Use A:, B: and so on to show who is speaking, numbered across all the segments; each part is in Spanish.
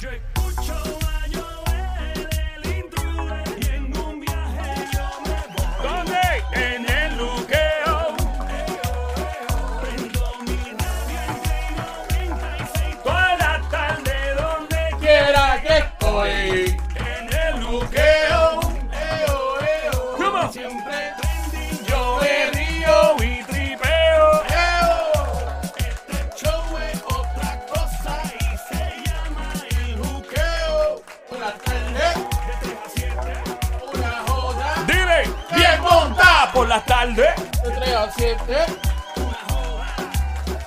A: Yo escucho a Joel, el intruder, y en un viaje yo me voy. ¿Dónde? En el luqueo. Prendo mi radio en 96. Toda la tarde, donde quiera que estoy. En el luqueo. Eo, eo. Siempre trending, yo me río y tripeo. Este show es otra cosa y se llama el juqueo. Una tarde, de 3 a 7, una joda. Dile, bien montada por las tardes.
B: De 3 a 7.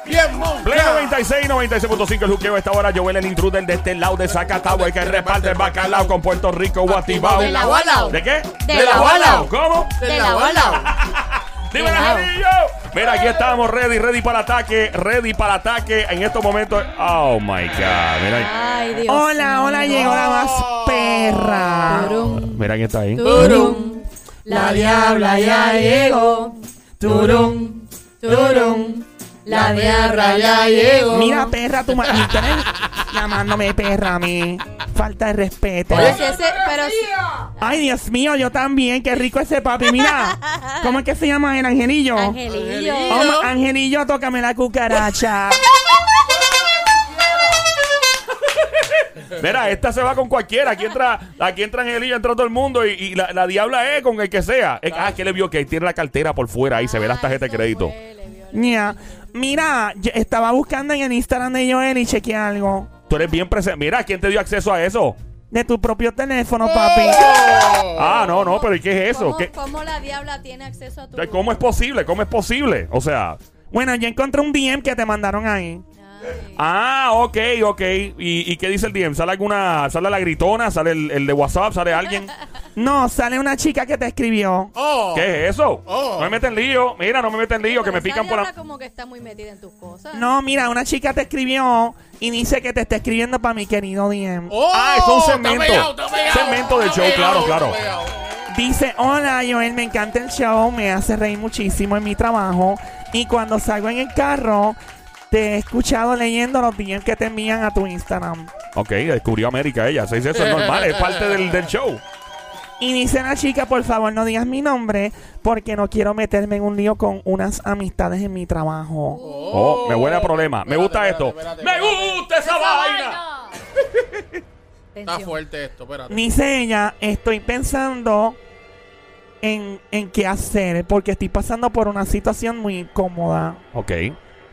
C: Bien, mon.
A: Play 96, 96.5 el juqueo a esta hora. Joel el intruder de este lado de Zacatau, el que reparte el bacalao con Puerto Rico, Guatibao.
D: De la Walao.
A: ¿De qué?
D: De la Walao.
A: ¿Cómo?
D: De la bala.
A: ¡Dime la Jarillo! Mira, aquí estamos, ready, ready para ataque, ready para ataque. En estos momentos. Oh my God. Mira, ahí.
D: Ay, Dios.
E: Hola, hola,
D: mío.
E: llegó la más perra.
D: Turum,
A: mira quién está ahí.
D: turum. La diabla ya llegó. Turum, turum. La diabla ya llegó.
E: Mira, perra, tu madre. Llamándome perra a mí. Falta de respeto.
D: Pero si ese, pero si,
E: Ay, Dios mío, yo también. Qué rico ese papi. Mira, ¿cómo es que se llama el angelillo?
D: Angelillo.
E: Oh, ma- angelillo, tócame la cucaracha.
A: Mira, esta se va con cualquiera. Aquí entra, aquí entra Angelillo, entra todo el mundo. Y, y la, la diabla es con el que sea. Es- ah, es que le vio que tiene la cartera por fuera. Ahí se ve las tarjetas de crédito.
E: Ña. Mira, yo estaba buscando en el Instagram de Joel y chequeé algo.
A: Tú eres bien presente. Mira, ¿quién te dio acceso a eso?
E: De tu propio teléfono, papi.
A: Ah, no, no, pero ¿y qué es eso?
D: ¿Cómo,
A: ¿Qué-
D: cómo la diabla tiene acceso a tu
A: ¿Cómo es posible? ¿Cómo es posible? O sea.
E: Bueno, yo encontré un DM que te mandaron ahí.
D: Ay.
A: Ah, ok, ok. ¿Y, y qué dice el DM? ¿Sale alguna, sale la gritona? ¿Sale el, el de WhatsApp? ¿Sale alguien?
E: No, sale una chica que te escribió.
C: Oh.
A: ¿Qué es eso?
C: Oh.
A: No me meten lío. Mira, no me meten lío, que me
D: Esa
A: pican por
D: diabla
A: la...
D: como que está muy metida en tus cosas.
E: No, mira, una chica te escribió y dice que te está escribiendo para mi querido DM.
C: Oh,
A: Ah, es un
C: está
A: segmento.
C: pegado, está pegado,
A: Segmento del
C: está
A: show,
C: pegado,
A: claro,
C: está
A: claro.
C: pegado.
E: Dice, hola Joel, me encanta el show, me hace reír muchísimo en mi trabajo y cuando salgo en el carro te he escuchado leyendo los DM que te envían a tu Instagram.
A: Ok, descubrió América ella. Se dice eso, es normal, es parte del, del show.
E: Y dice la chica, por favor no digas mi nombre porque no quiero meterme en un lío con unas amistades en mi trabajo.
A: Oh, me huele a problema. Me gusta
C: Espérate,
A: esto.
C: espérate, espérate,
A: ¡Me
C: espérate.
A: gusta esa vaina!
C: Está
D: Atención.
C: fuerte esto, espérate.
E: Dice ella, estoy pensando en, en qué hacer porque estoy pasando por una situación muy incómoda.
A: Ok.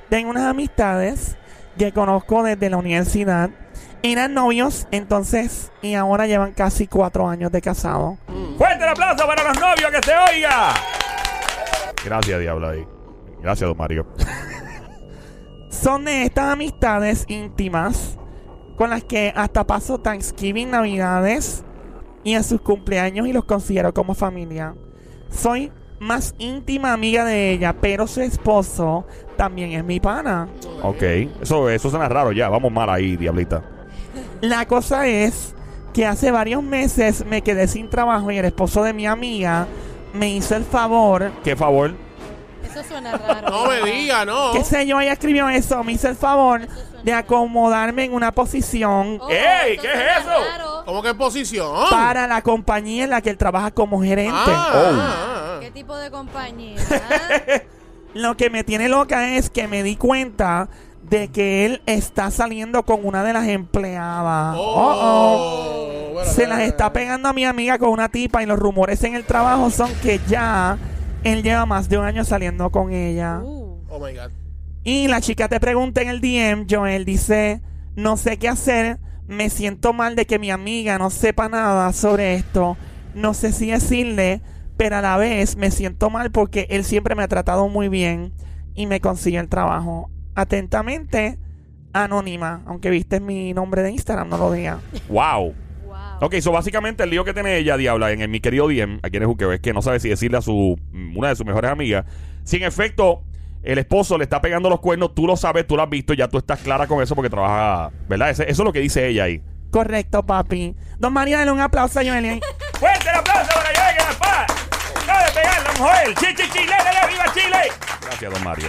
E: Tengo unas amistades que conozco desde la universidad. Eran novios entonces y ahora llevan casi cuatro años de casado.
A: ¡Fuerte el aplauso para los novios que se oiga! Gracias, Diablo. ahí. Gracias, don Mario.
E: Son de estas amistades íntimas con las que hasta paso Thanksgiving, Navidades y en sus cumpleaños y los considero como familia. Soy más íntima amiga de ella, pero su esposo también es mi pana.
A: Ok. Eso, eso suena raro ya. Vamos mal ahí, Diablita.
E: La cosa es que hace varios meses me quedé sin trabajo y el esposo de mi amiga me hizo el favor,
A: ¿Qué favor?
D: Eso suena raro.
C: No me diga, no.
E: qué sé yo, ella escribió eso, me hizo el favor de acomodarme en una posición
D: Oh,
A: ¡Ey!
D: eso
A: ¿Qué es
D: suena
A: eso?
D: raro.
C: ¿Cómo que posición?
E: para la compañía en la que él trabaja como gerente.
C: Ah, ah,
D: ¿Qué tipo de compañía?
E: Lo que me tiene loca es que me di cuenta de que él está saliendo con una de las
C: ah.
E: empleadas. Oh, oh.
C: Oh, bueno,
E: Se
C: espera,
E: las está
C: espera.
E: pegando a mi amiga con una tipa y los rumores en el trabajo son que ya él lleva más de un año saliendo con ella.
D: Uh,
C: Oh my god.
E: Y la chica te pregunta en el DM, Joel dice, no sé qué hacer, me siento mal de que mi amiga no sepa nada sobre esto, no sé si decirle, pero a la vez me siento mal porque él siempre me ha tratado muy bien y me consiguió el trabajo. Atentamente, anónima, aunque viste mi nombre de Instagram, no lo diga.
A: Wow.
D: wow.
A: Ok, so básicamente el lío que tiene ella, Diabla, en el, mi querido Diem, aquí en el juqueo, es que no sabe si decirle a su mm, una de sus mejores amigas. Si en efecto el esposo le está pegando los cuernos, tú lo sabes, tú lo has visto, ya tú estás clara con eso porque trabaja, ¿verdad? Ese- eso es lo que dice ella ahí.
E: Correcto, papi. Don María, dale un aplauso a Joel. ¿eh?
A: ¡Fuerte el aplauso para Joel que la paz! ¡No de pegarla, mujer! ¡Chi, chi, chi! ¡Lele, viva Chile! Gracias, don Mario.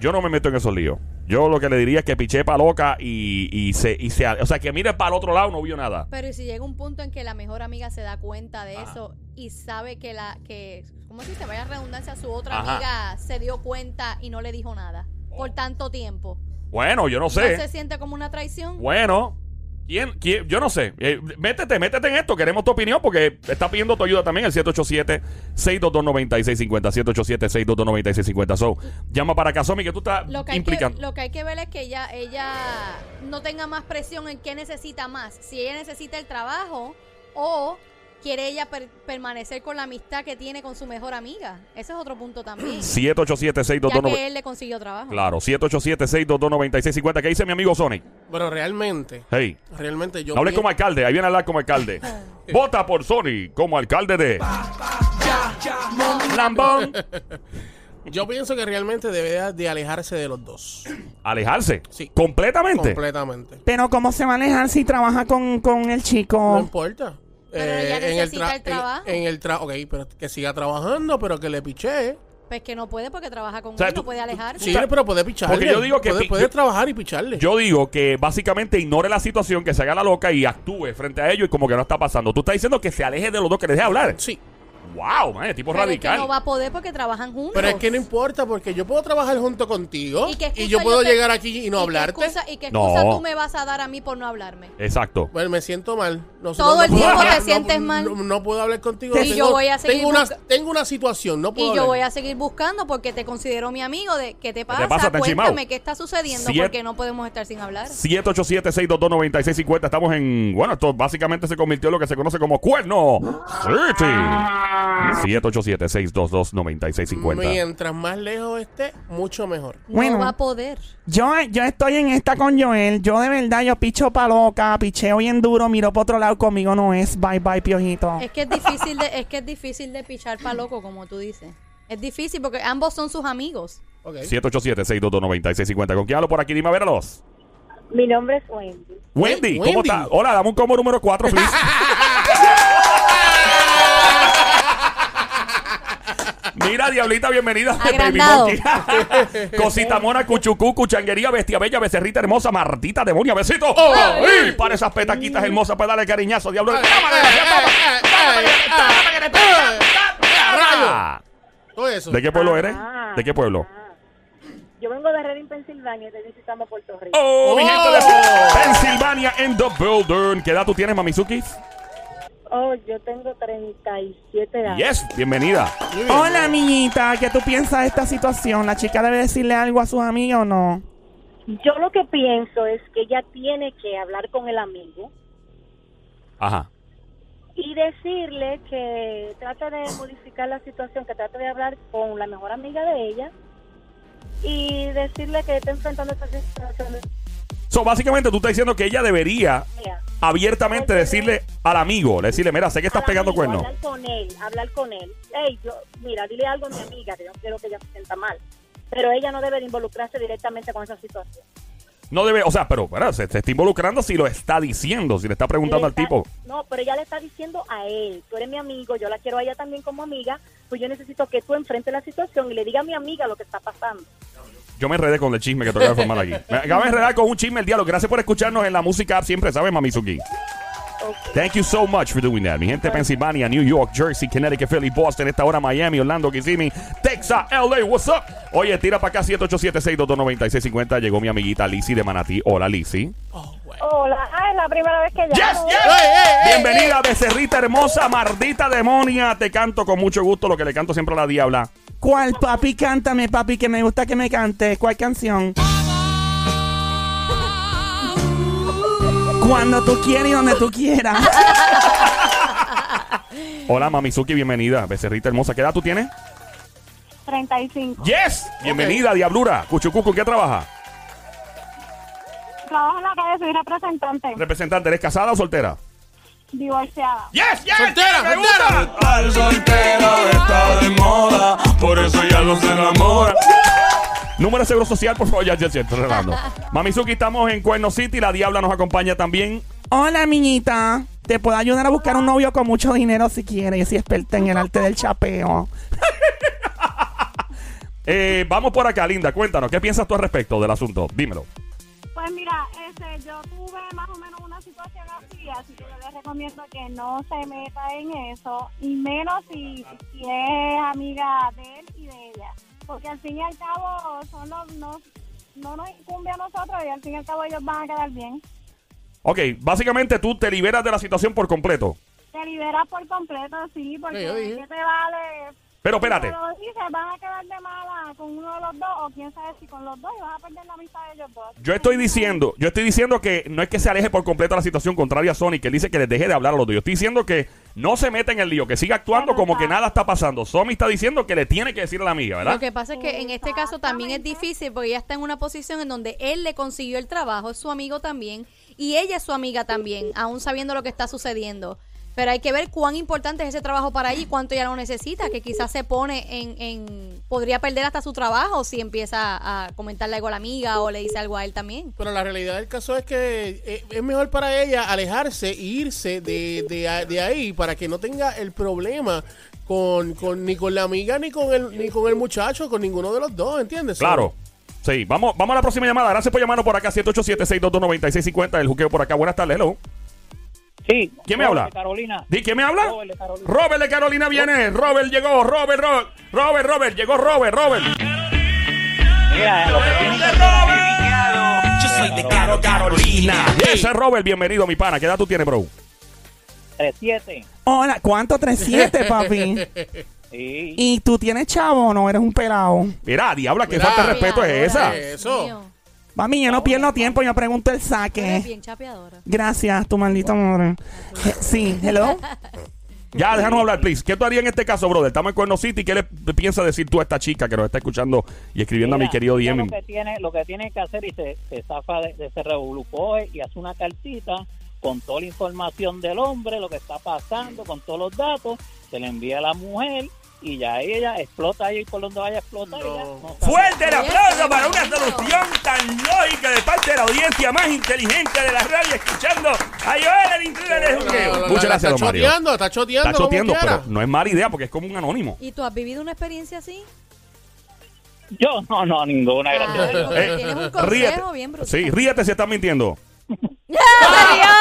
A: Yo no me meto en esos líos. Yo lo que le diría es que piché pa' loca y, y se, y se- O sea, que mire para el otro lado, no vio nada.
D: Pero y si llega un punto en que la mejor amiga se da cuenta
A: Ah.
D: de eso y sabe que la que ¿cómo se dice? Vaya redundancia, su otra
A: Ajá.
D: amiga se dio cuenta y no le dijo nada por tanto tiempo.
A: Bueno, yo no sé.
D: ¿No se siente como una traición?
A: Bueno, ¿quién, quién? Yo no sé. Eh, métete, métete en esto. Queremos tu opinión porque está pidiendo tu ayuda también. El 787-622-9650. 787-622-9650. So, llama para acá, Somi, que tú estás
D: Lo que, hay que,
A: implicando.
D: lo que hay que ver es que ella, ella no tenga más presión en qué necesita más. Si ella necesita el trabajo o quiere ella per- permanecer con la amistad que tiene con su mejor amiga. Ese es otro punto también. ya
A: 787-622-9650.
D: que él le consiguió trabajo.
A: Claro, 787-622-9650. ¿Qué dice mi amigo Sonic?
C: Pero realmente,
A: Hey,
C: realmente yo.
A: no hables
C: pienso-
A: como alcalde. Ahí viene a hablar como alcalde. Vota por Sonic como alcalde de. Lambón.
C: Yo pienso que realmente debería de alejarse de los dos.
A: Alejarse.
C: Sí.
A: Completamente.
C: Completamente.
E: Pero ¿cómo se va a alejar si trabaja con, con el
C: No
E: chico?
C: importa. Eh,
D: Pero ella necesita el trabajo.
C: En, en el trabajo. Ok, pero que siga trabajando, pero que le piche.
D: Pues que no puede porque trabaja con
A: O sea,
D: él,
A: tú-
D: no puede alejarse.
C: Sí, pero puede picharle.
A: Porque yo digo que
C: Puede,
A: pi-
C: puede
A: yo-
C: trabajar y picharle.
A: Yo digo que básicamente ignore la situación, que se haga la loca y actúe frente a ellos y como que no está pasando. Tú estás diciendo que se aleje de los dos, que les deje hablar.
C: Sí.
A: ¡Wow! Man, el tipo
D: Pero es que
A: radical.
D: no va a poder porque trabajan juntos.
C: Pero es que no importa porque yo puedo trabajar junto contigo
D: ¿Y qué excusa
C: yo puedo
D: te-
C: llegar aquí y no
D: qué
C: hablarte.
D: excusa- ¿Y qué excusa
A: No.
D: tú me vas a dar a mí por no hablarme?
A: Exacto.
C: Bueno, me siento mal. No-
D: Todo
C: no- no
D: el
C: puedo
D: tiempo
C: hablar,
D: te
C: no-
D: sientes
C: no-
D: mal.
C: No, puedo hablar contigo.
D: Y yo voy a seguir
C: tengo una,
D: busca-
C: tengo una situación, no puedo
D: Y yo
C: hablar.
D: voy a seguir buscando porque te considero mi amigo. De, ¿Qué te pasa?
A: pasa? ¿Te has chimao?
D: Cuéntame qué está sucediendo
A: Siete-
D: porque no podemos estar sin hablar.
A: 787-622-9650. Estamos en. Bueno, esto básicamente se convirtió en lo que se conoce como Cuerno City. 787-622-9650.
C: Mientras más lejos esté, mucho mejor.
E: Bueno.
D: No va a poder.
E: Yo, yo estoy en esta con Joel. Yo de verdad, yo picho pa' loca, picheo bien duro, miro para otro lado, conmigo no es. Bye bye, piojito.
D: Es que es difícil de, es que es difícil de pichar pa' loco, como tú dices. Es difícil porque ambos son sus amigos.
C: Ok.
A: 787-622-9650. ¿Con quién hablo por aquí? Dime, a veros.
B: Mi nombre es Wendy.
A: Wendy, ¿cómo
C: Wendy.
A: estás? Hola, dame un combo número 4, please. Mira, Diablita, bienvenida. de Baby
D: Agrandado.
A: Monkey. Cosita mona, cuchucú, cuchanguería, bestia bella, becerrita hermosa, martita, demonia, besito. Y para esas petaquitas hermosas, para darle cariñazo, diablo. Tómala, gracias, tómala.
C: Todo eso.
A: ¿De qué pueblo eres? ¿De qué pueblo?
B: Ah. Yo vengo de Reading, Pensilvania, y te visitamos Puerto Rico.
A: Oh, mi gente
C: Oh.
A: de Pensilvania en the building. ¿Qué edad tú tienes, Mamizuki?
B: Oh, yo tengo 37 años.
A: Yes, bienvenida.
C: Muy bien.
E: Hola, niñita, ¿qué tú piensas de esta situación? ¿La chica debe decirle algo a sus amigos o no?
B: Yo lo que pienso es que ella tiene que hablar con el amigo
A: Ajá.
B: y decirle que trate de modificar la situación, que trate de hablar con la mejor amiga de ella y decirle que está enfrentando esta situación. de
A: So, básicamente tú estás diciendo que ella debería
B: ella.
A: abiertamente decirle al amigo, le decirle, mira, sé que estás
B: Al
A: pegando
B: amigo,
A: cuernos.
B: Hablar con él, hablar con él. Ey, yo, mira, dile algo a mi amiga, que yo no quiero que ella se sienta mal. Pero ella no debe de involucrarse directamente con esa situación.
A: No debe, o sea, pero bueno, se, se está involucrando si lo está diciendo, si le está preguntando
B: Le
A: al
B: está-
A: tipo.
B: No, pero ella le está diciendo a él, tú eres mi amigo, yo la quiero a ella también como amiga, pues yo necesito que tú enfrentes la situación y le diga a mi amiga lo que está pasando.
A: Yo me enredé con el chisme que te acabo de formar aquí. Me acabo de enredar con un chisme el diálogo. Gracias por escucharnos en la música app siempre, ¿sabes, Mamizuki?
B: Ok.
A: Thank you so much for doing that. Mi gente de Pensilvania, New York, Jersey, Connecticut, Philly, Boston, esta hora Miami, Orlando, Kissimmee, Texas, LA, what's up? Oye, tira para acá 787-622-9650. Llegó mi amiguita Lizzy de Manatí. Hola, Lizzy.
C: Oh, güey.
B: Hola, ah, es la primera vez que llamo.
A: Yes, yes.
C: Ey, ey, ey,
A: Bienvenida, becerrita hermosa, mardita demonia. Te canto con mucho gusto lo que le canto siempre a la diabla.
E: ¿Cuál, papi? Cántame, papi, que me gusta que me cante. ¿Cuál canción? Cuando tú quieras y donde tú quieras.
A: Hola, Mamizuki, bienvenida, becerrita hermosa. ¿Qué edad tú tienes?
B: 35.
A: Yes. Bienvenida, diablura. Cuchucu, ¿con qué trabaja?
B: Trabajo en la calle, soy representante,
A: Representante, ¿eres casada o soltera?
B: divorciada.
A: Yes, yes.
C: Soltera,
A: me
C: soltera.
A: gusta.
F: Al soltera está de moda, por eso ya no se enamora.
A: Número de seguro social, por favor, ya, ya, ya, estoy relajando. Mamizuki, estamos en Cuerno City. La diabla nos acompaña también.
E: Hola, miñita. Te puedo ayudar a buscar un novio con mucho dinero si quieres. Y experta en el arte del chapeo.
A: Eh, vamos por acá, Linda. Cuéntanos, ¿qué piensas tú al respecto del asunto? Dímelo.
B: Pues mira, este, yo tuve más o menos una situación así, así que yo les recomiendo que no se meta en eso, y menos si, si es amiga de él y de ella, porque al fin y al cabo son los, no, no nos incumbe a nosotros y al fin y al cabo ellos van a quedar bien.
A: Ok, básicamente tú te liberas de la situación por completo.
B: Te liberas por completo, sí,
C: Sí,
B: porque
C: yo dije.
B: ¿qué te vale?
A: Pero espérate.
B: Pero dices, vas a quedar de mala con uno de los dos, o quién sabe si con los dos, y vas a perder la amistad de ellos dos.
A: Yo estoy diciendo, yo estoy diciendo que no es que se aleje por completo de la situación contraria a Sonic, que él dice que les deje de hablar a los dos. Yo estoy diciendo que no se meta en el lío, que siga actuando como que nada está pasando. Somi está diciendo que le tiene que decir a la amiga, ¿verdad?
D: Lo que pasa es que en este caso también es difícil porque ella está en una posición en donde él le consiguió el trabajo, es su amigo también, y ella es su amiga también, aún sabiendo lo que está sucediendo. Pero hay que ver cuán importante es ese trabajo para ella y cuánto ella lo necesita, que quizás se pone en, en... Podría perder hasta su trabajo si empieza a comentarle algo a la amiga o le dice algo a él también.
C: Pero la realidad del caso es que eh, es mejor para ella alejarse e irse de, de a- de ahí para que no tenga el problema con, con- ni con la amiga ni con el ni con el muchacho, con ninguno de los dos, ¿entiendes?
A: Claro. Sí, vamos, vamos a la próxima llamada. Gracias por llamarnos por acá, 787-622-9650, el juqueo por acá. Buenas tardes, hello.
G: Sí.
A: ¿Quién me
G: Robert
A: habla?
G: de Carolina.
A: ¿Di quién me habla?
G: Robert de Carolina.
A: Robert de Carolina viene. Robert llegó. Robert, Robert. Robert, Robert. Llegó Robert, Robert.
G: Mira, lo que tienen que hacer-
A: Ese es Robert. Bienvenido, mi pana. ¿Qué edad tú tienes, bro?
G: 37.
E: Hola, ¿cuánto? 37, papi.
G: Sí.
E: ¿Y tú tienes chavo o no? Eres un pelado.
A: Mira, diabla, qué
C: Mira.
A: falta de respeto
D: Chapeadora,
A: es esa.
D: Dios
C: Eso.
D: mío.
E: Mami, yo no pierdo tiempo, yo pregunto el
D: Eres
E: saque.
D: bien chapeadora.
E: Gracias, tu maldita madre. Eh, Sí, hello.
A: Ya, déjanos hablar, please. ¿Qué tú harías en este caso, brother? Estamos en Cuerno City. ¿Qué le piensas decir tú a esta chica que nos está escuchando y escribiendo a mi
G: Mira,
A: querido
G: ella
A: DM?
G: Lo que tiene, lo que tiene que hacer y se, se zafa de, de ese revolú, coge y hace una cartita con toda la información del hombre, lo que está pasando, con todos los datos, se le envía a la mujer y ya ella explota ahí por donde vaya a explotar. y ya no sabe.
A: Fuerte el
D: Oye,
A: aplauso
D: está
A: para una
D: bonito.
A: solución tan lógica de parte de la audiencia más inteligente de la radio, escuchando a Joel, el intruder de
C: La- la-
A: Juqueo.
C: la-
A: Muchas
C: la-
A: gracias, don
C: Está
A: Mario.
C: choteando, está choteando.
A: Está choteando,
C: como
A: pero
C: quiera.
A: no es mala idea porque es como un anónimo.
D: ¿Y tú has vivido una experiencia así?
G: Yo no, no, ninguna,
D: Ah,
A: Eh,
G: gracias. a Dios.
D: porque tienes un consejo bien brutal.
A: Sí, ríete si estás mintiendo.
D: ¡Ah!